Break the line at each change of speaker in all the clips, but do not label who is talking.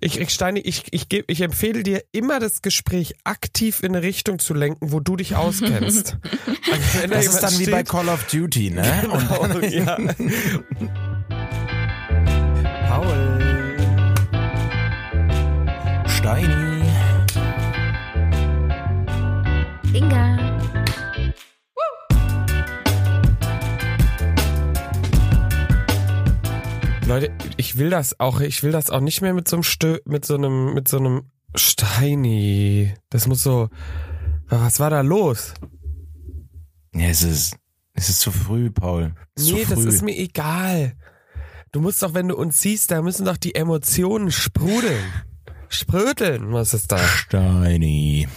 Ich, ich, Steini, ich, ich, geb, ich empfehle dir immer das Gespräch aktiv in eine Richtung zu lenken, wo du dich auskennst. Also wenn da
Das ist
jemand
dann wie bei
steht-
Call of Duty, ne? Und
Oh, ja.
Paul. Steini.
Inga.
Leute, ich will das auch, ich will das auch nicht mehr mit so einem Stö mit so einem, mit so einem Steini. Das muss so. Was war da los?
Ja, es ist, es ist zu früh, Paul. Es ist
nee,
zu früh.
das ist mir egal. Du musst doch, wenn du uns siehst, da müssen doch die Emotionen sprudeln. Sprödeln, was ist da?
Steini.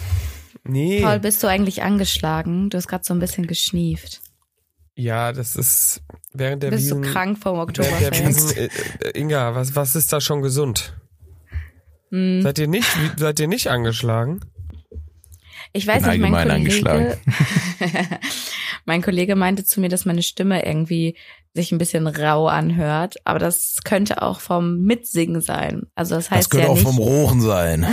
Nee.
Paul, bist du eigentlich angeschlagen? Du hast gerade so ein bisschen geschnieft.
Ja, das ist während der
bist
Wiesen.
du krank vom
während der
Oktoberfest?
Wiesen äh, äh, Inga, was, was ist da schon gesund?
Hm?
Seid ihr nicht, wie- seid ihr nicht angeschlagen?
Ich weiß
Bin
nicht, mein Kollege,
allgemein angeschlagen.
mein Kollege meinte zu mir, dass meine Stimme irgendwie sich ein bisschen rau anhört, aber das könnte auch vom Mitsingen sein. Also das
Das
heißt
könnte
ja
auch
nicht,
vom Rochen sein.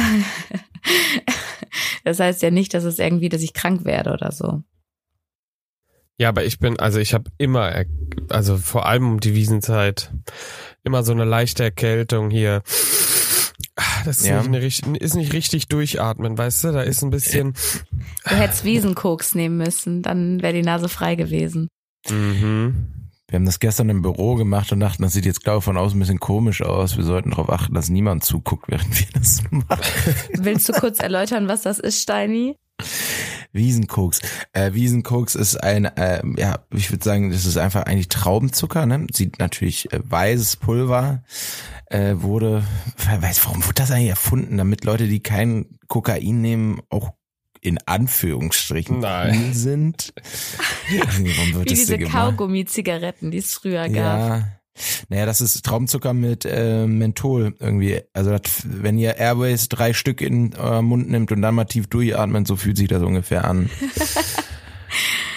das heißt ja nicht, dass es irgendwie, dass ich krank werde oder so.
Ja, aber ich bin, also ich habe immer, er- also vor allem um die Wiesenzeit, immer so eine leichte Erkältung hier. Ah, Das ist,
Ja.
nicht, eine, richt- ist nicht richtig durchatmen, weißt du? Da ist ein bisschen.
Du hättest Wiesenkoks nehmen müssen, dann wäre die Nase frei gewesen.
Mhm.
Wir haben das gestern im Büro gemacht und dachten, das sieht jetzt, glaube ich, von außen ein bisschen komisch aus. Wir sollten darauf achten, dass niemand zuguckt, während wir das machen.
Willst du kurz erläutern, was das ist, Steini?
Wiesenkoks. Äh, Wiesenkoks ist ein, äh, ja, ich würde sagen, das ist einfach eigentlich Traubenzucker. Ne? Sieht natürlich äh, weißes Pulver. Äh, wurde, wer weiß, warum wurde das eigentlich erfunden, damit Leute, die kein Kokain nehmen, auch in Anführungsstrichen
Nein.
clean sind. warum wird
Wie
das
diese
denn gemacht?
Kaugummi-Zigaretten, die es früher gab.
Ja. Naja, das ist Traumzucker mit äh, Menthol irgendwie. Also das, wenn ihr Airways drei Stück in euren Mund nimmt und dann mal tief durchatmet, so fühlt sich das ungefähr an.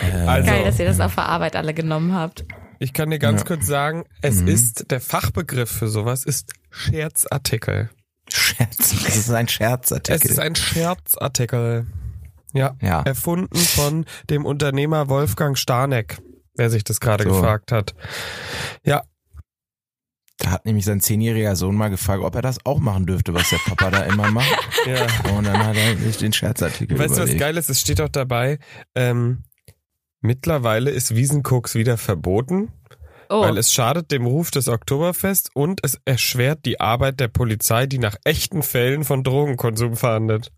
Äh,
Also,
Geil, dass ihr das auf der Arbeit alle genommen habt.
ich kann dir ganz
Ja.
kurz sagen, es
Mhm.
ist, der Fachbegriff für sowas ist Scherzartikel.
Scherz. Das ist ein Scherzartikel.
Es ist ein Scherzartikel. Ja.
ja.
Erfunden von dem Unternehmer Wolfgang Starneck, wer sich das gerade
So.
gefragt hat. Ja,
Da hat nämlich sein zehnjähriger Sohn mal gefragt, ob er das auch machen dürfte, was der Papa da immer macht.
ja.
Und dann hat er sich den Scherzartikel
Weißt du, was
überlegt.
geil ist? Es steht auch dabei, ähm, mittlerweile ist Wiesenkoks wieder verboten,
Oh,
weil es schadet dem Ruf des Oktoberfest und es erschwert die Arbeit der Polizei, die nach echten Fällen von Drogenkonsum fahndet.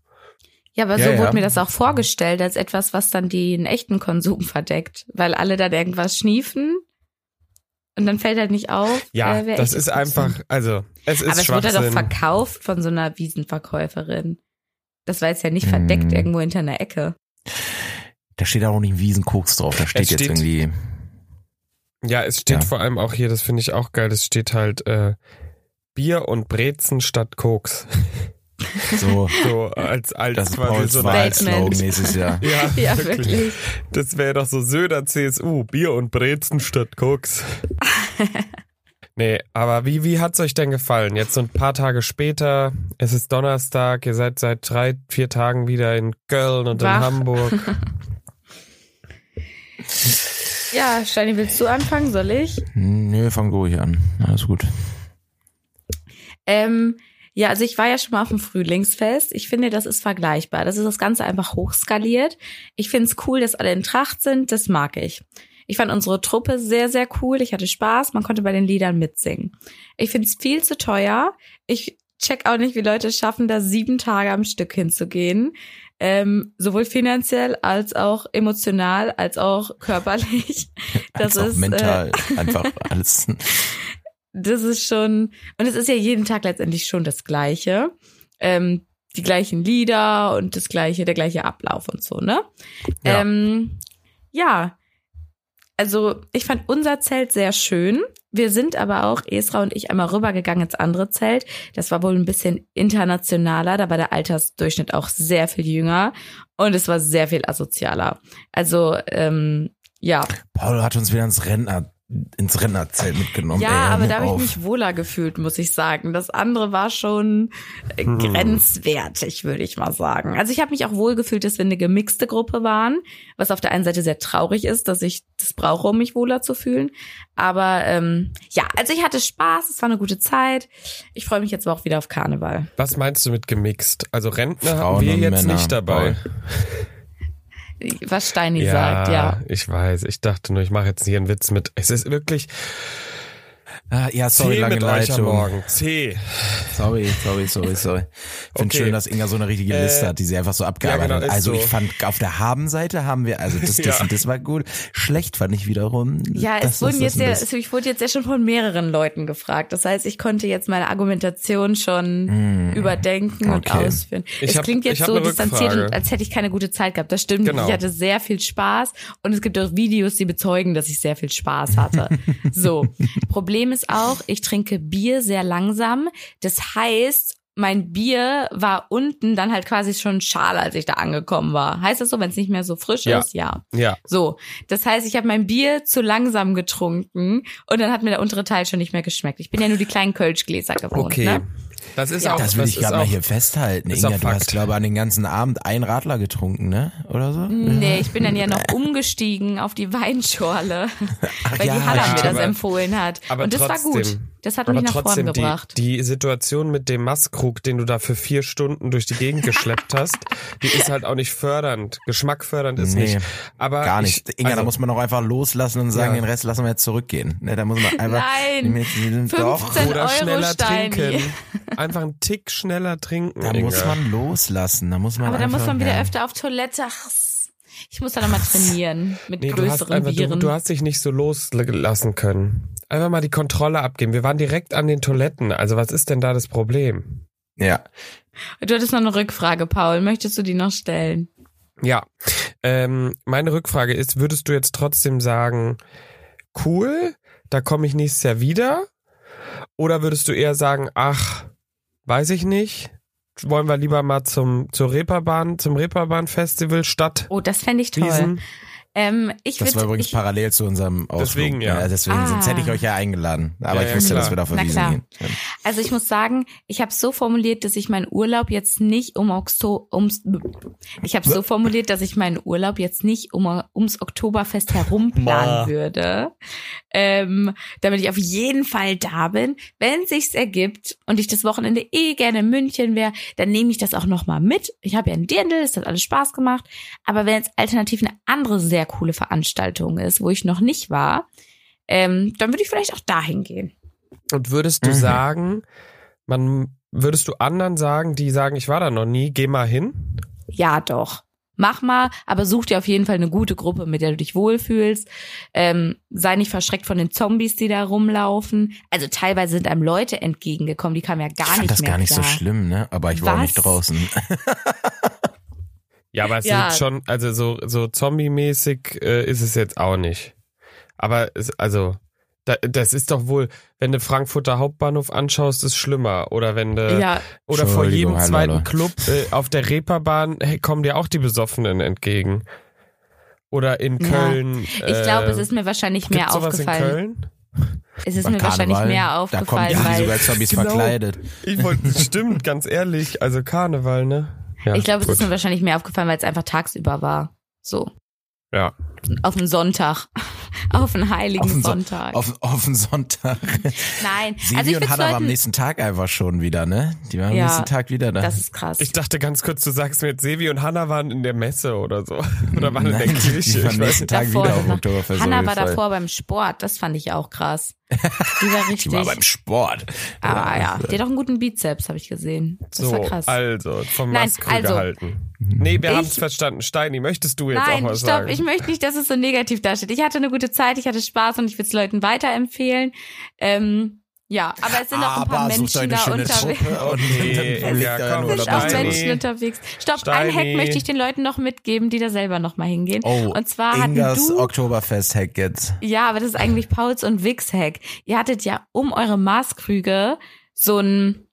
ja, aber
Ja,
so
ja.
wurde mir das auch vorgestellt, als etwas, was dann den echten Konsum verdeckt, weil alle dann irgendwas schniefen und dann fällt halt nicht auf.
Ja,
äh, wer
das
echt
ist einfach, also, es ist
Aber es wurde
Schwachsinn.
doch verkauft von so einer Wiesenverkäuferin. Das war jetzt ja nicht
Hm.
verdeckt irgendwo hinter einer Ecke.
Da steht auch nicht Wiesenkoks drauf. Da steht,
steht-
jetzt irgendwie.
ja, es steht
Ja.
vor allem auch hier, das finde ich auch geil, es steht halt äh, Bier und Brezen statt Koks.
So,
So als, als
das ist
quasi
Pauls
so eine-
Wahlslogan nächstes Jahr.
Ja,
Ja, wirklich.
Das wäre doch so Söder CSU, Bier und Brezen statt Koks. nee, aber wie, wie hat's euch denn gefallen? Jetzt so ein paar Tage später, es ist Donnerstag, ihr seid seit drei, vier Tagen wieder in Köln und
Wach.
in Hamburg.
Ja, Steini, willst du anfangen? Soll ich?
Nö, fang du ruhig an. Alles gut.
Ähm, ja, also ich war ja schon mal auf dem Frühlingsfest. Ich finde, das ist vergleichbar. Das ist das Ganze einfach hochskaliert. Ich finde es cool, dass alle in Tracht sind. Das mag ich. Ich fand unsere Truppe sehr, sehr cool. Ich hatte Spaß. Man konnte bei den Liedern mitsingen. Ich finde es viel zu teuer. Ich check auch nicht, wie Leute es schaffen, da sieben Tage am Stück hinzugehen. Ähm, sowohl finanziell als auch emotional, als auch körperlich. Das
als auch
ist Äh,
mental einfach alles.
das ist schon, und es ist ja jeden Tag letztendlich schon das Gleiche. Ähm, die gleichen Lieder und das gleiche, der gleiche Ablauf und so, ne?
Ja.
Ähm, ja. Also, ich fand unser Zelt sehr schön. Wir sind aber auch, Esra und ich, einmal rübergegangen ins andere Zelt. Das war wohl ein bisschen internationaler. Da war der Altersdurchschnitt auch sehr viel jünger. Und es war sehr viel asozialer. Also, ähm, ja.
Paul hat uns wieder ins Rentner ins Rennerzelt mitgenommen.
Ja,
ey, hör
aber
mir
da habe ich
Um auf.
mich wohler gefühlt, muss ich sagen. Das andere war schon äh, grenzwertig, würde ich mal sagen. Also ich habe mich auch wohl gefühlt, dass wir eine gemixte Gruppe waren, was auf der einen Seite sehr traurig ist, dass ich das brauche, um mich wohler zu fühlen. Aber ähm, ja, also ich hatte Spaß, es war eine gute Zeit. Ich freue mich jetzt aber auch wieder auf Karneval.
Was meinst du mit gemixt? Also Rentner haben
Frauen
wir
und
jetzt
Männer.
nicht dabei.
Was Steini sagt, ja.
ich weiß. Ich dachte nur, ich mache jetzt hier einen Witz mit. Es ist wirklich
Ah, ja, sorry,
C
lange
mit euch am
Leitung.
Morgen. C.
Sorry, sorry, sorry, sorry. Ich finde
Okay.
schön, dass Inga so eine richtige Liste
Äh,
hat, die sie einfach so abgearbeitet
ja, genau,
hat.
ist
Also ich
so.
fand, auf der Haben-Seite haben wir, also das, das
Ja.
und das war gut. Schlecht fand ich wiederum.
Ja,
das,
es wurden
das,
jetzt
das
ja,
und das.
es- ich wurde jetzt ja schon von mehreren Leuten gefragt. Das heißt, ich konnte jetzt meine Argumentation schon überdenken und
Okay.
ausführen.
Hm. Ich
es
hab-
klingt
ich
jetzt
hab
so
eine
distanziert,
Rückfrage.
und als hätte ich keine gute Zeit gehabt. Das stimmt.
Genau.
Ich hatte sehr viel Spaß und es gibt auch Videos, die bezeugen, dass ich sehr viel Spaß hatte. so. Problem ist auch, ich trinke Bier sehr langsam. Das heißt, mein Bier war unten dann halt quasi schon schal, als ich da angekommen war. Heißt das so, wenn es nicht mehr so frisch
Ja.
ist? Ja.
Ja.
So, das heißt, ich habe mein Bier zu langsam getrunken und dann hat mir der untere Teil schon nicht mehr geschmeckt. Ich bin ja nur die kleinen Kölschgläser gewohnt.
Okay.
Ne?
Das ist
Ja.
auch
Das will ich
ist
gerade mal
auch-
hier festhalten.
ist auch
Inga, du hast,
Fakt.
glaube ich, an den ganzen Abend einen Radler getrunken, ne? Oder so?
Mhm.
Nee, ich bin dann ja noch umgestiegen auf die Weinschorle, weil
ja,
die Halla mir
stimmt.
das
Aber-
empfohlen hat.
Aber
und das
trotzdem,
war gut. Das hat
aber
mich nach vorn
trotzdem, die,
gebracht.
Die Situation mit dem Mastkrug, den du da für vier Stunden durch die Gegend geschleppt hast, die ist halt auch nicht fördernd. Geschmackfördernd ist
Nee,
nicht. Aber
Gar
ich-
nicht. Inga, da
also-
muss man auch einfach loslassen und sagen,
Ja.
den Rest lassen wir jetzt zurückgehen. Ne, da muss man einfach.
Nein.
Mit, mit, doch.
15
oder
Euro,
schneller
Steini.
trinken. Einfach einen Tick schneller trinken.
Da
Inga.
muss man loslassen. Da muss man
Aber da
einfach,
muss man wieder
ja.
öfter auf Toilette. Ach, Ich muss da nochmal trainieren mit
Nee, du hast,
größeren
einfach, du,
Viren.
du hast dich nicht so loslassen können. Einfach mal die Kontrolle abgeben. Wir waren direkt an den Toiletten. Also was ist denn da das Problem?
Ja.
du hattest noch eine Rückfrage, Paul. Möchtest du die noch stellen?
Ja. Ähm, meine Rückfrage ist, würdest du jetzt trotzdem sagen, cool, da komme ich nächstes Jahr wieder? Oder würdest du eher sagen, ach, weiß ich nicht, wollen wir lieber mal zum, zur Reeperbahn, zum Reeperbahn-Festival statt
Oh, das fände ich toll.
Wiesen?
Ähm, ich
Das
würd-
war übrigens
ich,
parallel zu unserem Ausflug.
Deswegen, ja.
deswegen, sonst
Ah.
hätte ich euch ja eingeladen. Aber
Ja,
ich
ja,
wusste,
klar.
dass wir da auf
Na klar.
Wiesen gehen. Ja.
Also ich muss sagen, ich habe so formuliert, dass ich meinen Urlaub jetzt nicht um Okto, ums ich habe so formuliert, dass ich meinen Urlaub jetzt nicht um, ums Oktoberfest herumplanen
Ma.
würde, ähm, damit ich auf jeden Fall da bin. Wenn sich's ergibt und ich das Wochenende eh gerne in München wäre, dann nehme ich das auch noch mal mit. Ich habe ja einen Dirndl, es hat alles Spaß gemacht. Aber wenn jetzt alternativ eine andere sehr coole Veranstaltung ist, wo ich noch nicht war, ähm, dann würde ich vielleicht auch dahin gehen.
Und würdest du
Mhm.
sagen, man, würdest du anderen sagen, die sagen, ich war da noch nie, geh mal hin?
Ja, doch. Mach mal, aber such dir auf jeden Fall eine gute Gruppe, mit der du dich wohlfühlst. Ähm, sei nicht verschreckt von den Zombies, die da rumlaufen. Also teilweise sind einem Leute entgegengekommen, die kamen ja gar
Ich fand
nicht
das
mehr
gar nicht so
klar.
schlimm, ne? Aber ich war auch
Was?
nicht draußen.
Ja, aber es
Ja.
sind schon, also so, so zombie-mäßig äh, ist es jetzt auch nicht. Aber es, also, da, das ist doch wohl, wenn du Frankfurter Hauptbahnhof anschaust, ist schlimmer. Oder wenn du
Ja,
oder vor
Entschuldigung,
jedem
hallo,
zweiten
hallo.
Club äh, auf der Reeperbahn hey, kommen dir auch die Besoffenen entgegen. Oder in
Ja.
Köln. äh,
ich glaube,
Äh,
es ist mir wahrscheinlich mehr
gibt's sowas In
aufgefallen.
Köln?
Es ist
Beim
mir wahrscheinlich
Karneval,
mehr aufgefallen,
Da kommen die
weil
sogar Zombies
Genau.
verkleidet.
Ich wollte, stimmt, ganz ehrlich. Also Karneval, ne? Ja,
ich glaube, es ist
gut.
mir wahrscheinlich mehr aufgefallen, weil es einfach tagsüber war. So.
Ja.
Auf einen Sonntag. auf einen heiligen
Auf einen Son-
Sonntag.
Auf, auf den Sonntag.
Nein,
Sevi
also ich
und
find's
Hannah waren am
Leuten,
nächsten Tag einfach schon wieder, ne? Die waren
Ja,
am nächsten Tag wieder da.
das ist krass.
Ich dachte ganz kurz, du sagst mir jetzt, Sevi und Hanna waren in der Messe oder so. Oder waren in
Nein,
der Kirche.
Die
Ich
waren am
weiß
nächsten Tag
Davor,
wieder auf dem
danach.
Oktoberfest.
Hanna
auf
war
jeden Fall.
davor beim Sport, das fand ich auch krass. Die war richtig.
Die war beim Sport. also.
ah ja, die hat auch einen guten Bizeps, habe ich gesehen. Das
So,
war krass.
also, vom
Nein,
Maskrug
also-
gehalten. Nee, wir
Ich-
haben es verstanden. Steini, möchtest du jetzt
Nein,
auch was
stopp,
sagen?
ich möchte nicht, dass es so negativ dasteht. Ich hatte eine gute Zeit, ich hatte Spaß und ich würde es Leuten weiterempfehlen. Ähm, ja, aber es sind auch ein paar
Aber sucht euch
Menschen
eine
da
schöne
unterwegs.
Truppe und
Nee,
dann legt
ja,
ihr euren
komm,
Es
Urlaub
sind auch
Steini.
ein.
Menschen unterwegs. Stopp, ein
Steini.
Hack möchte ich den Leuten noch mitgeben, die da selber noch mal hingehen.
Oh,
und zwar
Ingas
hatten du
Oktoberfest-Hack jetzt.
Ja, aber das ist eigentlich Pauls und Wix Hack. Ihr hattet ja um eure Maßkrüge so ein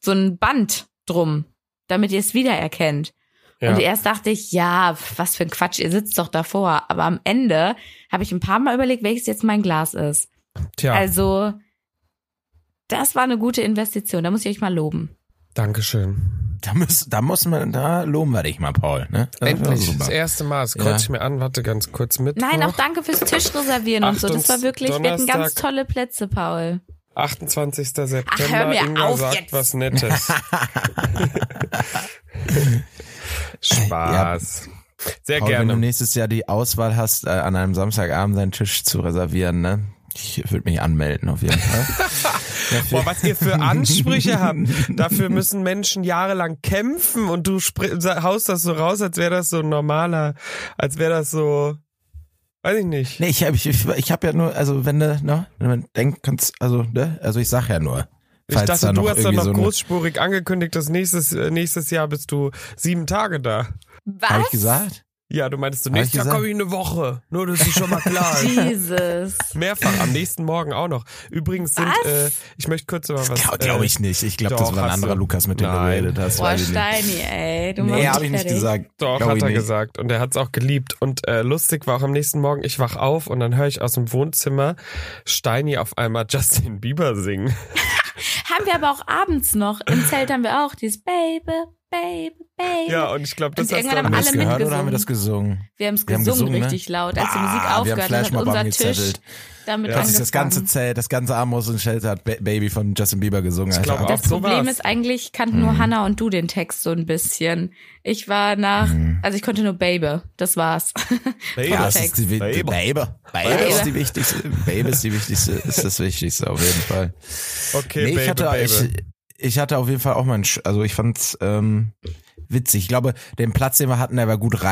so ein Band drum, damit ihr es wiedererkennt.
Ja.
Und erst dachte ich, ja, pf, was für ein Quatsch, ihr sitzt doch davor. Aber am Ende habe ich ein paar Mal überlegt, welches jetzt mein Glas ist.
Tja,
Also, das war eine gute Investition, da muss ich euch mal loben.
Dankeschön.
Da muss, da muss man, da loben wir dich mal, Paul. Ne? Das war
Endlich,
super.
das erste Mal. Das kreuze ich mir an. Warte ganz kurz mit.
Nein, auch danke fürs Tisch reservieren und so. Das war wirklich, wir hatten ganz
Donnerstag.
tolle Plätze, Paul.
28. September.
Ach, hör mir
Inga
auf
sagt
jetzt.
was Nettes. Spaß. Sehr
Paul, wenn du
gerne.
nächstes Jahr die Auswahl hast, äh, an einem Samstagabend deinen Tisch zu reservieren, ne? Ich würde mich anmelden auf jeden Fall.
Boah, was ihr für Ansprüche habt. Dafür müssen Menschen jahrelang kämpfen und du spr- sa- haust das so raus, als wäre das so ein normaler, als wäre das so, weiß ich nicht.
nee, ich habe ich, ich hab ja nur, also wenn du, ne, wenn man denkt, kannst, also, ne, also ich sag ja nur.
ich
falls da
dachte, du hast doch
irgendwie
noch
so eine-
großspurig angekündigt, dass nächstes, äh, nächstes Jahr bist du sieben Tage da.
Was?
Hab ich gesagt?
Ja, du meinst, du
Hab ich
nächstes Jahr
gesagt?
komme ich eine Woche. Nur, dass es schon mal klar ist.
Jesus.
Mehrfach, am nächsten Morgen auch noch. Übrigens sind,
Was?
äh, ich möchte kurz über was.
Glaube
äh,
glaub ich nicht. Ich glaube, das
doch,
war ein
hast
anderer
du.
Lukas, mit dem
Nein.
du geredet hast.
Boah,
weiß ich nicht.
Steini, ey. Du machst
Nee,
mich
habe ich nicht
fertig.
gesagt.
Doch,
Glaub
hat
ich
er
nicht.
gesagt. Und er hat es auch geliebt. Und äh, lustig war auch am nächsten Morgen, ich wach auf und dann höre ich aus dem Wohnzimmer Steini auf einmal Justin Bieber singen.
Haben wir aber auch abends noch. Im Zelt haben wir auch dieses Baby, Baby, Baby.
Ja, und ich glaube, das
Und
hast du
irgendwann
am
Haben wir
alle
das gehört oder haben
mitgesungen.
wir das gesungen?
wir haben es
wir haben
gesungen,
gesungen, ne?
richtig laut. Als die
Ah,
Musik
wir haben
aufgehört hat, hat
Flashmob
unser
angezettelt.
Tisch damit
Ja.
Dass ich das ganze
angefangen.
Zelt, das ganze Armbrust und Shelter hat Ba- Baby von Justin Bieber gesungen.
Ich glaub
Alter.
auch.
Das Problem
sowas.
ist eigentlich, kannten nur
Mhm.
Hannah und du den Text so ein bisschen. Ich war nach,
Mhm.
also ich konnte nur Baby, das war's.
Baby.
Ja, das ist die,
Baby.
Baby. Baby. Baby ist die wichtigste. Baby ist die wichtigste, ist das wichtigste auf jeden Fall.
Okay,
Nee,
Baby,
ich hatte,
Baby.
Ich, ich hatte auf jeden Fall auch mal einen, Sch- also ich fand's ähm, witzig. Ich glaube, den Platz, den wir hatten, der war gut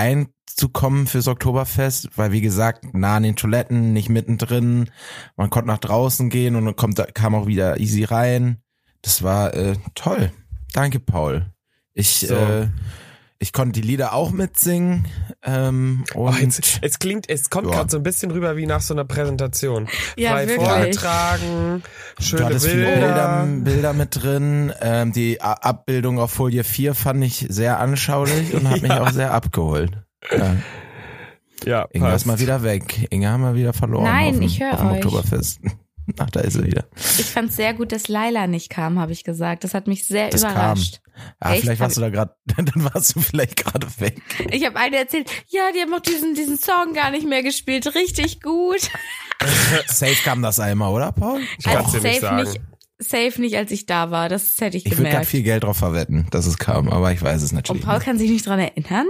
reinzukommen fürs Oktoberfest, weil wie gesagt, nah an den Toiletten, nicht mittendrin. Man konnte nach draußen gehen und dann kommt, da kam auch wieder easy rein. Das war äh, toll. Danke, Paul. Ich,
So.
äh, ich konnte die Lieder auch mitsingen. Ähm, und
Oh, jetzt, es klingt, es kommt
Ja.
gerade so ein bisschen rüber wie nach so einer Präsentation.
Ja,
Frei
wirklich.
vorgetragen,
Du
schöne
hattest viele
Bilder.
Bilder, Bilder mit drin. Ähm, die A- Abbildung auf Folie 4 fand ich sehr anschaulich und hat mich auch sehr abgeholt. Ja,
Ja,
Inga
passt.
ist mal wieder weg. Inga haben wir wieder verloren.
Nein,
auf dem,
ich hör
auf dem
euch.
Oktoberfest. Ach, da ist sie wieder.
Ich fand's sehr gut, dass Laila nicht kam, habe ich gesagt. Das hat mich sehr
Das
überrascht.
Ah,
Echt?
vielleicht warst du da gerade, dann warst du vielleicht gerade weg.
Ich habe eine erzählt, ja, die haben auch diesen, diesen Song gar nicht mehr gespielt. Richtig gut.
Safe kam das einmal, oder, Paul?
Ich kann es
Also
dir nicht
safe
sagen.
nicht- Safe nicht, als ich da war. Das hätte ich,
Ich würde gerade
gemerkt.
viel Geld drauf verwetten, dass es kam, aber ich weiß es
Und
natürlich.
Paul
nicht.
kann sich nicht dran erinnern?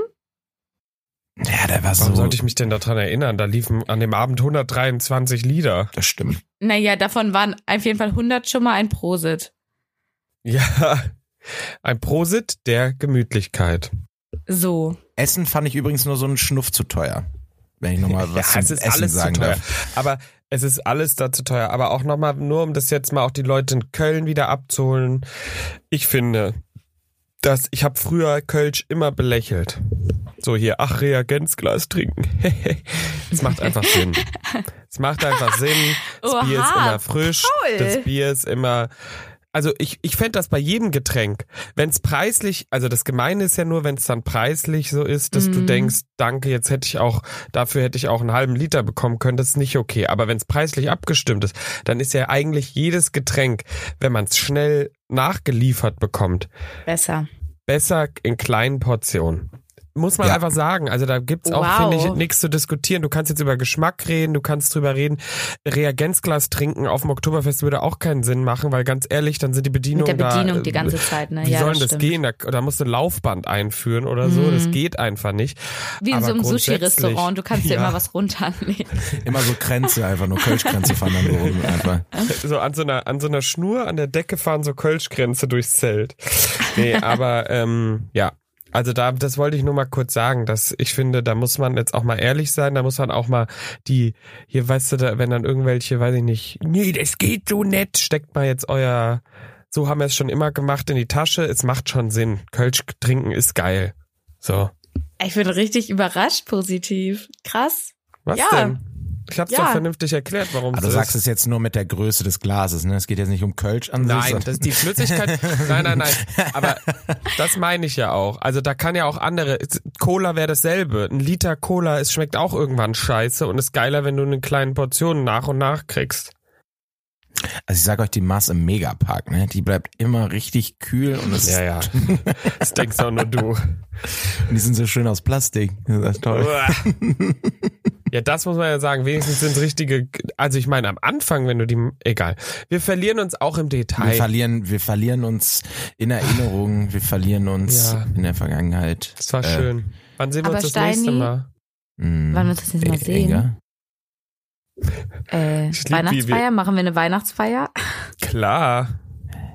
Ja, der war
Warum
so.
sollte ich mich denn daran erinnern? Da liefen an dem Abend 123 Lieder.
das stimmt.
Naja, davon waren auf jeden Fall 100 schon mal ein Prosit.
Ja. Ein Prosit der Gemütlichkeit.
So.
Essen fand ich übrigens nur so einen Schnuff zu teuer. Wenn ich nochmal was
ja,
zum
es ist
Essen
alles
sagen
zu teuer.
darf.
Aber es ist alles da zu teuer. Aber auch nochmal, nur um das jetzt mal auch die Leute in Köln wieder abzuholen. Ich finde, dass ich habe früher Kölsch immer belächelt. So hier, ach, Reagenzglas trinken. Es macht einfach Sinn. Es macht einfach Sinn. Das
Oha,
Bier ist immer frisch.
Paul.
Das Bier ist immer. Also ich, ich fänd das bei jedem Getränk. Wenn es preislich, also das Gemeine ist ja nur, wenn es dann preislich so ist, dass du
Mhm.
denkst, danke, jetzt hätte ich auch, dafür hätte ich auch einen halben Liter bekommen können, das ist nicht okay. Aber wenn es preislich abgestimmt ist, dann ist ja eigentlich jedes Getränk, wenn man es schnell nachgeliefert bekommt,
Besser.
besser in kleinen Portionen. Muss man
Ja.
einfach sagen. Also da gibt's auch,
Wow.
finde ich, nichts zu diskutieren. Du kannst jetzt über Geschmack reden, du kannst drüber reden. Reagenzglas trinken auf dem Oktoberfest würde auch keinen Sinn machen, weil ganz ehrlich, dann sind die Bedienungen
Mit der Bedienung
da, äh,
die ganze Zeit, ne?
Wie
ja,
soll
das
denn das
stimmt. Mhm.
gehen? Da, da musst du ein Laufband einführen oder so. Das geht einfach nicht.
Wie in
Aber
so einem
grundsätzlich-
Sushi-Restaurant, du kannst dir
Ja.
immer was runternehmen.
Immer so Kränze, einfach nur Kölschkränze fahren dann so rum. Einfach.
So an so einer, an so einer Schnur an der Decke fahren so Kölschgrenze durchs Zelt. Nee, aber ähm, ja. Also da, das wollte ich nur mal kurz sagen, dass ich finde, da muss man jetzt auch mal ehrlich sein, da muss man auch mal die, hier weißt du, da, wenn dann irgendwelche, weiß ich nicht, nee, das geht so nett, steckt mal jetzt euer, so haben wir es schon immer gemacht in die Tasche, es macht schon Sinn. Kölsch trinken ist geil. So.
Ich bin richtig überrascht positiv. Krass.
Was
Ja.
denn? Ich hab's
Ja.
doch vernünftig erklärt, warum
Aber
es
Ah, Also du
ist.
sagst es jetzt nur mit der Größe des Glases, ne? Es geht jetzt nicht um Kölsch an sich.
Nein,
sondern-
das, die Flüssigkeit. nein, nein, nein. Aber das meine ich ja auch. Also da kann ja auch andere. Cola wäre dasselbe. Ein Liter Cola, es schmeckt auch irgendwann scheiße und ist geiler, wenn du in kleinen Portionen nach und nach kriegst.
Also ich sag euch, die Maß im Megapark, ne? Die bleibt immer richtig kühl und, es,
Ja, ja. Das denkst auch nur du.
und die sind so schön aus Plastik. Das ist toll.
Uah. Ja, das muss man ja sagen. Wenigstens sind richtige. Also ich meine, am Anfang, wenn du die. Egal. Wir verlieren uns auch im
Wir
Detail.
verlieren, wir verlieren uns in Erinnerungen, wir verlieren uns
Ja.
in der Vergangenheit.
Das war
Äh,
schön. Wann sehen wir
aber
uns das
Steini-
nächste Mal?
mh.
Wann wir uns das nächste Mal
Äh,
sehen?
Inga?
Äh,
Ich lieb, wie
Weihnachtsfeier, machen wir eine Weihnachtsfeier?
Klar.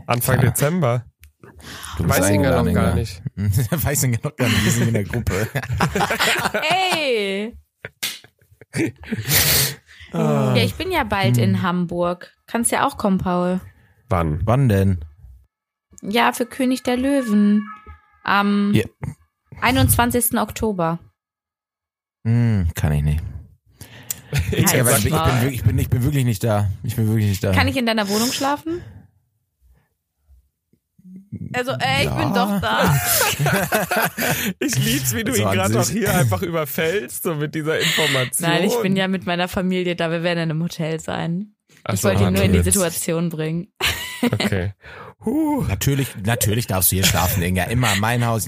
Anfang
Klar.
Dezember.
Du bist
Weiß Inga
eingeladen,
noch gar
Inga.
nicht.
Weiß Inga noch gar nicht. Wir sind in der Gruppe.
Ey!
Ah.
Ja, ich bin ja bald in Hamburg. Kannst ja auch kommen, Paul.
Wann?
Wann denn?
Ja, für König der Löwen. Am
Ja.
21. Oktober.
Hm, kann ich nicht.
Ich
Ja,
Ja, weil
sag
ich, bin, ich,
mal.
bin, wirklich- ich, bin, ich bin wirklich nicht da. Ich bin wirklich nicht da.
Kann ich in deiner Wohnung schlafen? Also, äh, ich
Ja.
bin doch da.
Ich lieb's, wie du
So
ihn
an
gerade auch
sich.
hier einfach überfällst, so mit dieser Information.
Nein, ich bin ja mit meiner Familie da. Wir werden in einem Hotel sein.
Ach
Ich
so,
wollte ihn
ah,
nur in die
natürlich.
Situation bringen.
Okay. Huh.
Natürlich, natürlich darfst du hier schlafen, Inga. Immer mein Haus.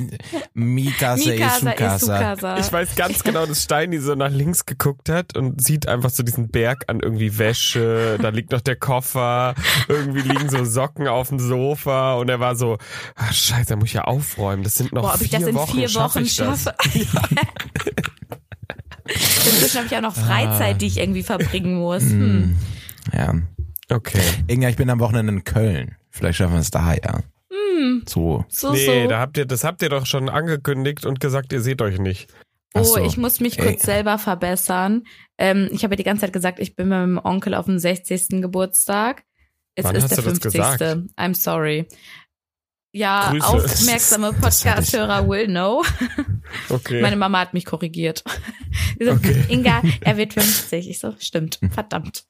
Mikasa
Mikasa
Isukasa.
Isukasa.
Ich weiß ganz genau, dass Steini so nach links geguckt hat und sieht einfach so diesen Berg an irgendwie Wäsche, da liegt noch der Koffer, irgendwie liegen so Socken auf dem Sofa und er war so, ah, scheiße, da muss ich ja aufräumen, das sind noch
Boah, ob
vier
ich das in
Wochen,
vier
schaff
Wochen
ich das?
schaffe. Inzwischen habe ich auch
Ah.
noch Freizeit, die ich irgendwie verbringen muss.
Mm.
Hm.
Ja.
Okay.
Inga, ich bin am Wochenende in Köln. Vielleicht schaffen wir es da, ja. So.
So,
Nee,
so.
da habt ihr, das habt ihr doch schon angekündigt und gesagt, ihr seht euch nicht.
Ach
Oh,
so.
ich muss mich
Äh,
Ey.
kurz selber verbessern. Ähm, ich habe ja die ganze Zeit gesagt, ich bin mit meinem Onkel auf dem 60. Geburtstag. Jetzt
Wann
ist
hast
der
du das
50.
gesagt?
I'm sorry. Ja,
Grüße.
aufmerksame
Das- das hatte ich-
Podcast-Hörer will know.
Okay.
Meine Mama hat mich korrigiert. Sie so,
Okay. Hm.
Inga, er wird 50. Ich so, stimmt, verdammt.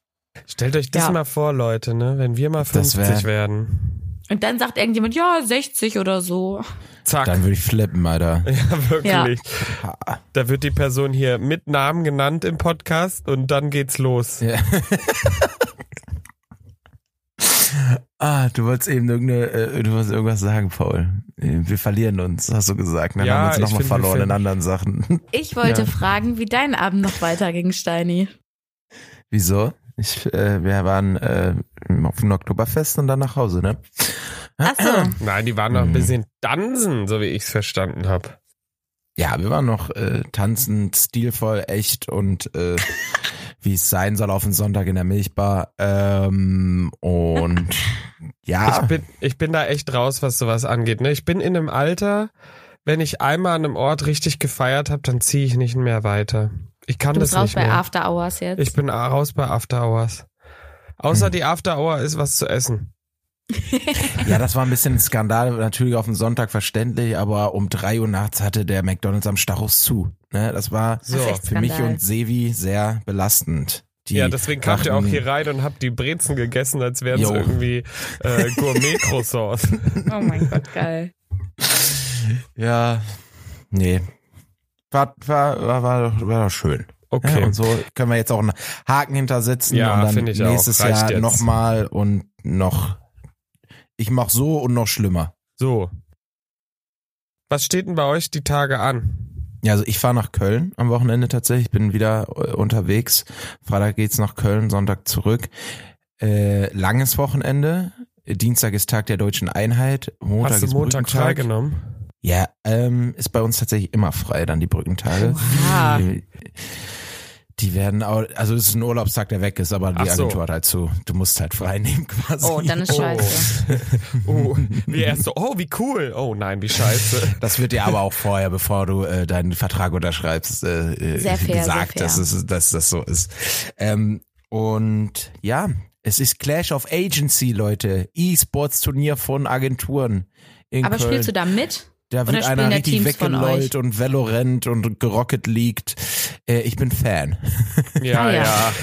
Stellt euch das
Ja.
mal vor, Leute, ne? Wenn wir mal
Das wär-
50 werden.
Und dann sagt irgendjemand, ja, 60 oder so.
Zack.
Dann würde ich flippen, Alter.
ja, wirklich.
Ha.
Da wird die Person hier mit Namen genannt im Podcast und dann geht's los.
Ja. ah, du wolltest eben irgendeine, äh, du wolltest irgendwas sagen, Paul. Äh, Wir verlieren uns, hast du gesagt. Dann
Ja,
haben wir uns
ich
nochmal
find, wir
verloren in
finden-
anderen Sachen.
Ich wollte
Ja.
fragen, wie dein Abend noch weiterging, Steini.
Wieso? Ich, äh, wir waren äh, auf dem Oktoberfest und dann nach Hause, ne?
Ach so.
Nein, die waren noch ein
Mhm.
bisschen Dansen, so wie ich's verstanden habe.
Ja, wir waren noch äh, tanzend, stilvoll, echt und äh, wie es sein soll auf den Sonntag in der Milchbar. Ähm, und ja,
Ich bin, ich bin da echt raus, was sowas angeht. Ne? Ich bin in einem Alter, wenn ich einmal an einem Ort richtig gefeiert habe, dann ziehe ich nicht mehr weiter. Ich kann
Du
das
bist raus
nicht
bei
mehr.
After Hours jetzt.
ich bin raus bei After Hours. Außer
Hm.
die After Hour ist was zu essen.
ja, das war ein bisschen ein Skandal, natürlich auf den Sonntag verständlich, aber um drei Uhr nachts hatte der McDonalds am Stachus zu. Ne, das war
So.
Das ist echt
für mich
Skandal.
und Sevi sehr belastend. Die
ja, deswegen kamt ihr auch
dachten,
hier rein und habt die Brezen gegessen, als wären es
Jo.
irgendwie äh, Gourmet-Croissants.
Oh mein Gott, geil.
Ja, nee. War, war, war, war, doch, war doch schön.
Okay.
Ja, und so können wir jetzt auch einen Haken hintersetzen
Ja,
und dann
finde ich auch.
nächstes
Reicht
Jahr
jetzt.
nochmal und noch. Ich mach so und noch schlimmer.
So. Was steht denn bei euch die Tage an?
Ja, also ich fahre nach Köln am Wochenende tatsächlich. Ich bin wieder äh, unterwegs. Freitag geht's nach Köln, Sonntag zurück. Äh, langes Wochenende. Dienstag ist Tag der deutschen Einheit. Montag
Hast du
ist
Montag
Brückentag.
teilgenommen?
Ja, ähm, ist bei uns tatsächlich immer frei dann die Brückentage.
Oha.
Die, die werden auch, also es ist ein Urlaubstag, der weg ist, aber die
Ach so.
Agentur hat halt so, du musst halt frei nehmen quasi.
Oh, dann ist
Oh.
scheiße.
Oh, wie erst so, oh, wie cool. Oh nein, wie scheiße.
Das wird dir aber auch vorher, bevor du äh, deinen Vertrag unterschreibst, äh, äh,
Sehr fair,
gesagt,
sehr fair.
Dass, es, dass das so ist. Ähm, und ja, es ist Clash of Agency, Leute. E-Sports-Turnier von Agenturen. In
Aber
Köln.
spielst du da mit?
Da wird einer
Oder spielen da
richtig
Teams von
weggelollt und Valorant und gerocket liegt. Äh, ich bin Fan.
Ja,
Ah, ja.
ja.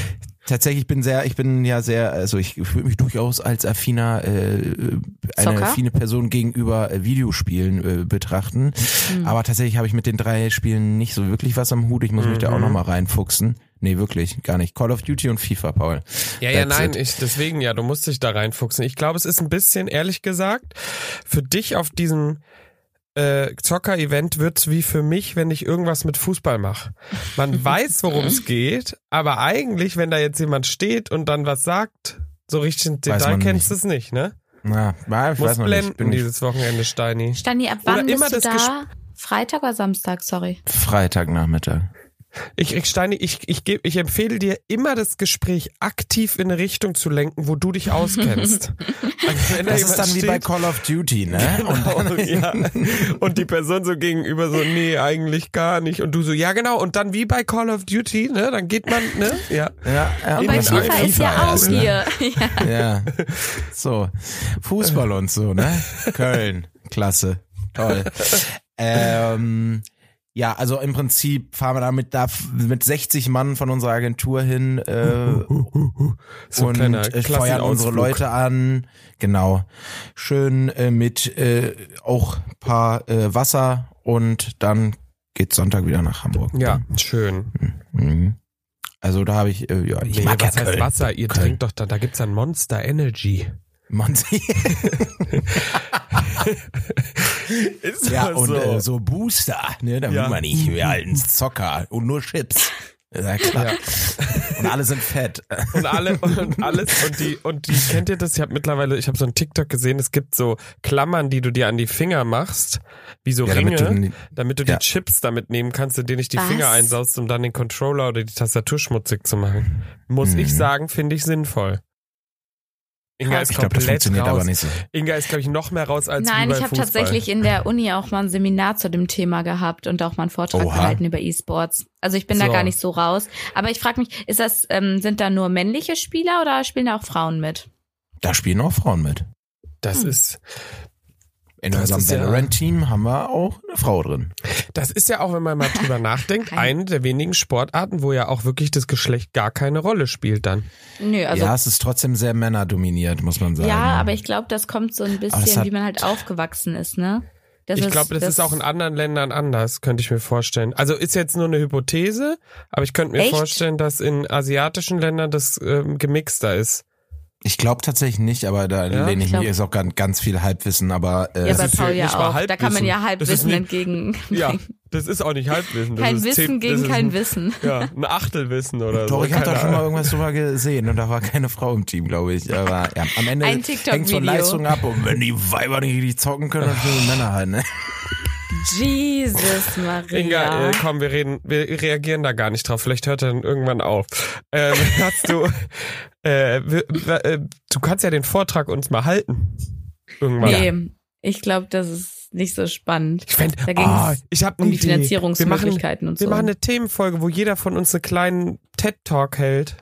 Tatsächlich bin sehr, ich bin ja sehr, also ich fühle mich durchaus als affiner, äh, eine
Zocker?
affine Person gegenüber äh, Videospielen äh, betrachten.
Hm.
Aber tatsächlich habe ich mit den drei Spielen nicht so wirklich was am Hut. Ich muss mich da auch
Mhm.
nochmal reinfuchsen. Nee, wirklich, gar nicht. Call of Duty und FIFA, Paul.
Ja, ja,
That's
nein,
it.
ich, deswegen ja, du musst dich da reinfuchsen. Ich glaube, es ist ein bisschen, ehrlich gesagt, für dich auf diesem äh, Zocker-Event wird's wie für mich, wenn ich irgendwas mit Fußball mache. Man weiß, worum es geht, aber eigentlich, wenn da jetzt jemand steht und dann was sagt, so richtig im
Weiß
Detail
man
kennst du es nicht, ne?
Na, na, ich
Muss
weiß noch nicht.
blenden
Bin ich
dieses Wochenende, Steini.
Stani, ab
Oder
wann
immer
bist du
das
da?
Gesp-
Freitag oder Samstag, sorry.
Freitagnachmittag.
Ich, ich Steini, ich, ich, geb, ich empfehle dir immer das Gespräch aktiv in eine Richtung zu lenken, wo du dich auskennst. Also wenn da
Das ist
jemand
dann wie bei
steht-
Call of Duty, ne? Und
Und, ja. und die Person so gegenüber so, nee, eigentlich gar nicht. Und du so, ja genau. Und dann wie bei Call of Duty, ne? Dann geht man, ne? Ja.
Ja, ja,
Und bei
man
FIFA
sagt
ist ja auch
erst, ne?
hier. Ja.
Ja. So. Fußball und so, ne? Köln. Klasse. Toll. Ähm, ja, also im Prinzip fahren wir da mit, da mit 60 Mann von unserer Agentur hin äh,
So
und
kleiner
äh, feuern unsere
Klassenausflug.
Leute an. Genau. Schön äh, mit äh, auch paar äh, Wasser und dann geht's Sonntag wieder nach Hamburg.
Ja, schön.
Mhm. Also da habe ich, äh, ja, ich
nee,
mag ja
was heißt
Köln.
Wasser? Ihr
Köln.
trinkt doch da, da gibt's dann Monster Energy.
Monty.
Ist
Ja, und äh, so Booster, ne, da
Ja.
will man nicht mehr alten Zocker und nur Chips. Ja, klar.
Ja.
Und alle sind fett.
und alle und alles und die und die kennt ihr das? Ich habe mittlerweile, ich habe so ein TikTok gesehen. Es gibt so Klammern, die du dir an die Finger machst, wie so
Ja,
Ringe,
damit
damit
du
du,
n-
die
ja.
Chips damit nehmen kannst, in denen ich die
Was?
Finger einsaust, um dann den Controller oder die Tastatur schmutzig zu machen. Muss
Mhm.
ich sagen, finde ich sinnvoll. Inga
Krass.
ist
Ich glaube, das
komplett
funktioniert
raus.
aber nicht so.
Inga ist glaube ich noch mehr raus als
Nein,
wie bei
ich habe
Fußball.
tatsächlich in der Uni auch mal ein Seminar zu dem Thema gehabt und auch mal einen Vortrag
Oha.
gehalten über E-Sports. Also ich bin da
So.
gar nicht so raus. Aber ich frage mich, ist das, ähm, sind da nur männliche Spieler oder spielen da auch Frauen mit?
Da spielen auch Frauen mit.
Hm.
das ist
In
Das
unserem
ist ja-
Valorant-Team haben wir auch eine Frau drin.
Das ist ja auch, wenn man mal drüber nachdenkt, eine der wenigen Sportarten, wo ja auch wirklich das Geschlecht gar keine Rolle spielt dann.
Nö, also
ja,
ja,
es ist trotzdem sehr männerdominiert, muss man sagen.
aber ich glaube, das kommt so ein bisschen,
hat-
wie man halt aufgewachsen ist, ne? Das
ich glaube, das, ist auch in anderen Ländern anders, könnte ich mir vorstellen. Also ist jetzt nur eine Hypothese, aber ich könnte mir
Echt?
vorstellen, dass in asiatischen Ländern das ähm, gemixter ist.
Ich glaube tatsächlich nicht, aber da
Ja?
lehne ich,
Ich glaub-
mich ist auch ganz, ganz viel Halbwissen, aber äh,
Ja, bei
ist
Paul
nicht
ja
mal
auch. Da kann man ja
Halbwissen. Das ist
Halbwissen
nie-
entgegen.
das ist auch nicht Halbwissen.
Kein Wissen gegen kein Wissen.
Ja, ein Achtelwissen oder
Doch,
so.
ich habe da
keine
schon mal
Ahnung.
irgendwas drüber gesehen und da war keine Frau im Team, glaube ich. Aber ja, am Ende
Ein
hängt von
TikTok-Video.
Leistung ab und wenn die Weiber nicht richtig zocken können, dann können die Männer halt, ne?
Jesus Maria.
Inga, äh, komm, wir reden, wir reagieren da gar nicht drauf. Vielleicht hört er dann irgendwann auf. Ähm, hast du, äh, w- w- äh, du kannst ja den Vortrag uns mal halten. Irgendwann.
nee, ich glaube, das ist nicht so spannend.
Ich fänd,
Da ging's
oh, ich habe
um die
Idee. Wir machen,
Finanzierungsmöglichkeiten und so.
Wir machen eine Themenfolge, wo jeder von uns einen kleinen TED-Talk hält.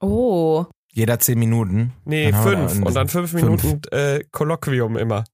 oh,
Jeder zehn Minuten.
Nee,
haben wir da
fünf.
ein-
Und dann fünf
fünf.
Minuten äh, Kolloquium immer.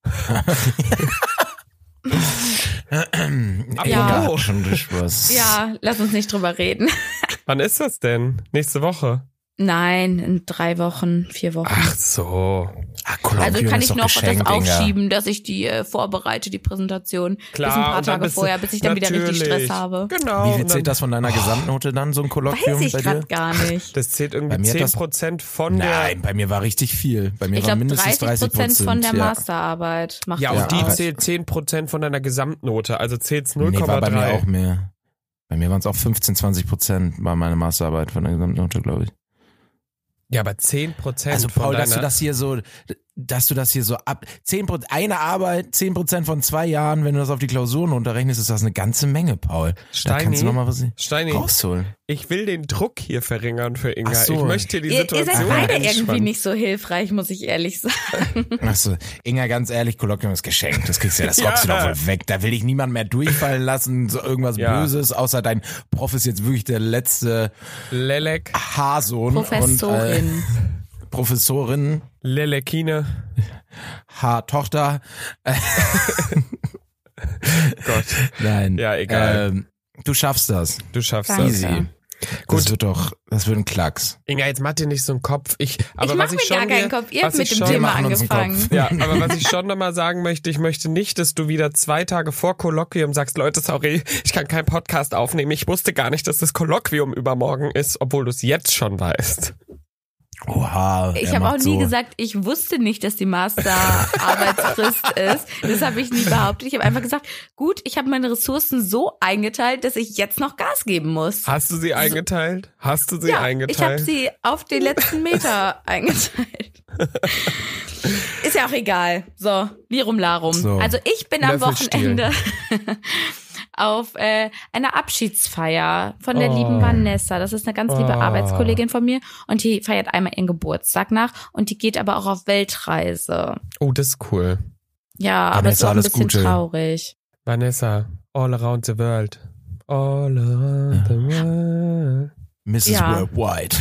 Ey,
Ja.
ja. schon richtig was.
ja, lass uns nicht drüber reden.
Wann ist das denn? Nächste Woche?
Nein, in drei Wochen, vier Wochen.
Ach so.
Ah, Kolloquium
also kann
ist
ich
doch
noch
geschenkt,
das aufschieben,
Inga.
dass ich die äh, vorbereite, die Präsentation.
Klar,
bis ein
und
paar
dann
Tage
bist du-
vorher, bis ich dann wieder richtig
Natürlich.
Stress habe.
Genau.
Wie viel
und
zählt
dann-
das von deiner Gesamtnote dann, so ein Kolloquium
Weiß ich
bei dir?
gerade gar nicht.
Das zählt
Bei
irgendwie
mir hat das-
10% von
Nein, bei mir war richtig viel. Bei mir
Ich
war
glaube,
mindestens
30 Prozent von der
ja.
Masterarbeit macht
der. Ja,
das
und die
aus.
zählt 10% von deiner Gesamtnote. Also zählt's
Nee,
0,3.
war bei mir auch mehr. Bei mir waren es auch 15, 20 Prozent bei meiner Masterarbeit von der Gesamtnote, glaube ich.
ja, aber 10%
Also
von
Paul,
deiner...
dass du das hier so, dass du das hier so ab, 10 eine Arbeit, 10 Prozent von zwei Jahren, wenn du das auf die Klausuren runterrechnest, ist das eine ganze Menge, Paul. Da kannst
Steini,
du nochmal was
Steini,
rausholen.
ich will den Druck hier verringern für Inga.
Ach so.
Ich möchte die
Ihr, ihr
Situation
seid beide irgendwie
entspannen.
nicht so hilfreich, muss ich ehrlich sagen.
Achso, Inga, ganz ehrlich, Kolloquium ist geschenkt. Das kriegst du, das rockst
Mhm. Ja.
du doch wohl weg. Da will dich niemand mehr durchfallen lassen, so irgendwas
Ja.
Böses, außer dein Prof ist jetzt wirklich der letzte
Lelek, Hm,
Haarsohn. Und, äh,
Professorin.
Professorin,
Lelekine.
Haartochter.
Gott.
Nein.
Ja, egal.
Ähm, du schaffst das.
Du schaffst
Danke.
das.
Easy. Das
Gut.
wird doch, das wird ein Klacks.
Inga, jetzt mach dir nicht so einen Kopf. Ich, aber
ich mach
was
mir
ich schon
gar keinen
dir-
Kopf. Ihr
was
habt mit
ich
dem
schon-
Thema
Wir machen uns einen
angefangen.
Kopf.
Ja, aber was ich schon nochmal sagen möchte, ich möchte nicht, dass du wieder zwei Tage vor Kolloquium sagst, Leute, sorry, ich kann keinen Podcast aufnehmen. Ich wusste gar nicht, dass das Kolloquium übermorgen ist, obwohl du es jetzt schon weißt.
Oha.
Ich
er
habe auch
macht
nie
so.
gesagt, ich wusste nicht, dass die Masterarbeitsfrist ist. Das habe ich nie behauptet. Ich habe einfach gesagt, gut, ich habe meine Ressourcen so eingeteilt, dass ich jetzt noch Gas geben muss.
Hast du sie eingeteilt? Hast du sie
ja, ich habe
eingeteilt?
sie auf den letzten Meter eingeteilt. Ist ja auch egal. So, Lirum Larum.
So.
Also ich bin am
Löffel stehlen.
Wochenende auf äh, einer Abschiedsfeier von der
Oh.
lieben Vanessa. Das ist eine ganz liebe
Oh.
Arbeitskollegin von mir und die feiert einmal ihren Geburtstag nach und die geht aber auch auf Weltreise.
oh, das ist cool.
Ja, aber es ist
Vanessa,
auch ein
alles
bisschen
Gute.
traurig.
Vanessa, all around the world. All around the world.
Mrs.
Ja.
Worldwide.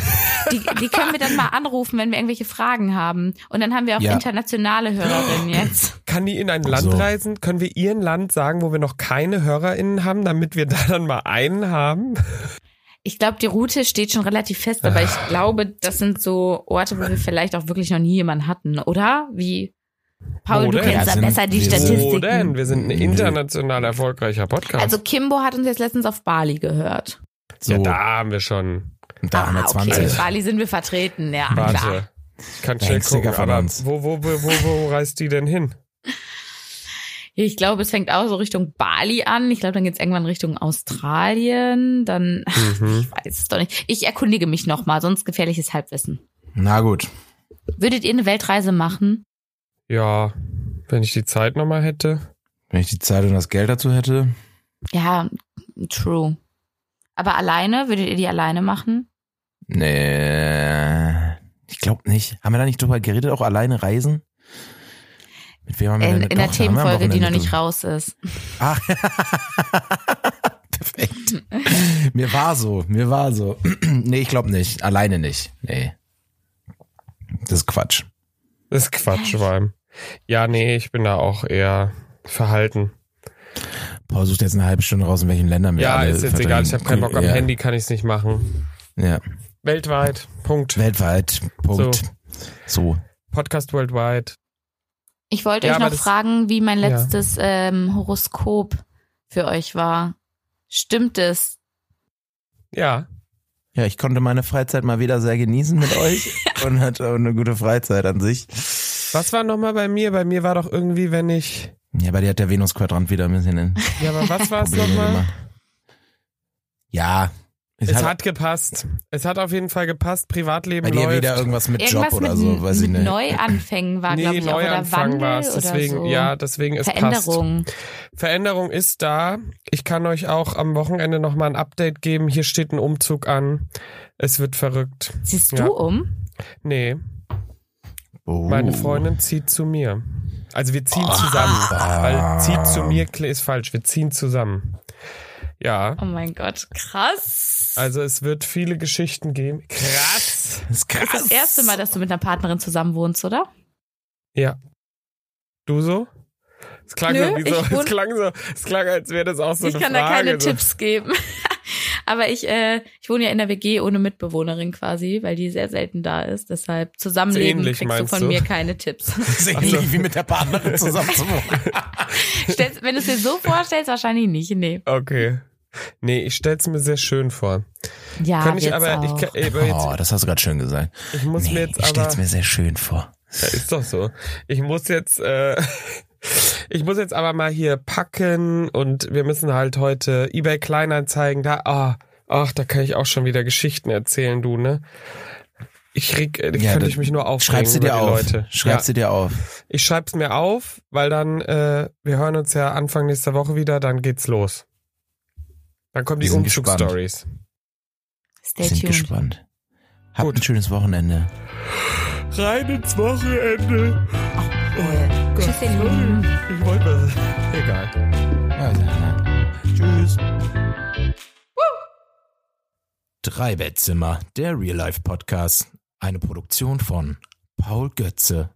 Die, die können wir dann mal anrufen, wenn wir irgendwelche Fragen haben. Und dann haben wir auch
Ja.
internationale Hörerinnen jetzt.
Kann die in ein Land
So.
reisen? Können wir ihren Land sagen, wo wir noch keine HörerInnen haben, damit wir da dann mal einen haben?
Ich glaube, die Route steht schon relativ fest, aber ich glaube, das sind so Orte,
Ah.
wo wir vielleicht auch wirklich noch nie jemanden hatten, oder? Wie? Paul,
Wo
du
denn?
kennst
Ja,
da
sind
besser die
wir-
Wo denn?
Statistiken.
Wir sind ein
Nö.
international erfolgreicher Podcast.
Also Kimbo hat uns jetzt letztens auf Bali gehört. Ah,
So,
Ja, da
da,
haben wir schon.
da haben wir
okay,
20.
Bali sind wir vertreten,
Ah,
ja, klar.
Warte. Ich kann
Da
schnell
hängst du
gucken,
gar von
aber
uns.
wo, wo, wo, wo, wo reist die denn hin?
Ich glaube, es fängt auch so Richtung Bali an. Ich glaube, dann geht's irgendwann Richtung Australien. Dann,
Mhm.
ich weiß es doch nicht. Ich erkundige mich nochmal, sonst gefährliches Halbwissen.
Na gut.
Würdet ihr eine Weltreise machen?
Ja, wenn ich die Zeit nochmal hätte.
Wenn ich die Zeit und das Geld dazu hätte.
Ja, true. Aber alleine? Würdet ihr die alleine machen?
Nee. Ich glaube nicht. Haben wir da nicht drüber geredet, auch alleine reisen? Mit wem haben wir
in
denn
in der
Doch, da haben wir am
Themenfolge, die noch
Wochenende
nicht raus ist.
Ach. Perfekt. Mir war so, mir war so. nee, ich glaube nicht. Alleine nicht. Nee. Das ist Quatsch.
Das ist Quatsch, vor allem. Ja, nee, ich bin da auch eher verhalten.
Paul sucht jetzt eine halbe Stunde raus, in welchen Ländern wir
Ja,
alle
ist jetzt
verdrängen.
egal. Ich habe keinen Bock am
ja.
Handy, kann ich es nicht machen.
Ja.
Weltweit. Punkt.
Weltweit. Punkt. So.
Podcast worldwide.
Ich wollte
Ja,
euch
aber
noch
das-
fragen, wie mein
Ja.
letztes ähm, Horoskop für euch war. Stimmt es?
Ja.
Ja, ich konnte meine Freizeit mal wieder sehr genießen mit euch und hatte auch eine gute Freizeit an sich.
Was war nochmal bei mir? Bei mir war doch irgendwie, wenn ich.
Ja, bei dir hat der Venus-Quadrant wieder ein bisschen in
Ja, aber was war es
Probleme
nochmal?
gemacht. Ja.
Es hat gepasst. Es hat auf jeden Fall gepasst. Privatleben
bei dir
läuft.
wieder irgendwas mit
Irgendwas
Job oder
mit,
so, weiß ich
mit
nicht.
Neuanfängen war, glaube ich, auch, oder Wandel
war's. Deswegen,
oder so.
ja, deswegen ist passt.
Veränderung.
Veränderung ist da. Ich kann euch auch am Wochenende nochmal ein Update geben. Hier steht ein Umzug an. Es wird verrückt.
Siehst
Ja.
du um?
Nee,
Oh.
meine Freundin zieht zu mir. Also wir ziehen zusammen. Weil zieht zu mir kli- ist falsch. Wir ziehen zusammen. Ja.
Oh mein Gott, krass.
Also es wird viele Geschichten geben. Krass.
Das ist krass.
das erste Mal, dass du mit einer Partnerin zusammen wohnst, oder?
Ja. Du so? Es klang,
Nö,
so, wie so,
ich
es
wohn-
klang so, es klang, als wäre das auch so
ich
eine
kann
Frage.
da keine
so.
Tipps geben. Aber ich, äh, ich wohne ja in der WG ohne Mitbewohnerin quasi, weil die sehr selten da ist. Deshalb zusammenleben
ähnlich,
kriegst du
meinst
von
du?
mir keine Tipps.
Das ist ähnlich wie mit der Partnerin zusammen zu wohnen.
Stellst, wenn du es dir so vorstellst, wahrscheinlich nicht. Nee.
Okay. Nee, ich stell's mir sehr schön vor.
Ja,
kann ich
wird's
aber,
auch.
ich, kann, aber
Oh,
jetzt,
das hast du gerade schön gesagt.
ich muss
nee,
mir jetzt
ich stell's
aber,
mir sehr schön vor.
Ja, ist doch so. Ich muss jetzt, äh, ich muss jetzt aber mal hier packen und wir müssen halt heute eBay Kleinanzeigen da, ah, ach, da kann ich auch schon wieder Geschichten erzählen, du, ne? Ich reg, äh,
Ja,
könnte
dann
ich mich nur aufregen
Schreibst du
über
dir
die
auf.
Leute.
Schreibst
ja.
du dir auf.
Ich schreib's mir auf, weil dann, äh, wir hören uns ja Anfang nächster Woche wieder, dann geht's los. Dann kommen
Wir
die
sind
Umzugsstories.
Stay
Wir sind
tuned.
gespannt. Habt
Gut.
ein schönes Wochenende.
Rein ins Wochenende.
Cool. Tschüss, ihr Lieben.
Ich wollte mal. Egal.
Tschüss. Drei Bettzimmer, der Real Life Podcast. Eine Produktion von Paul Götze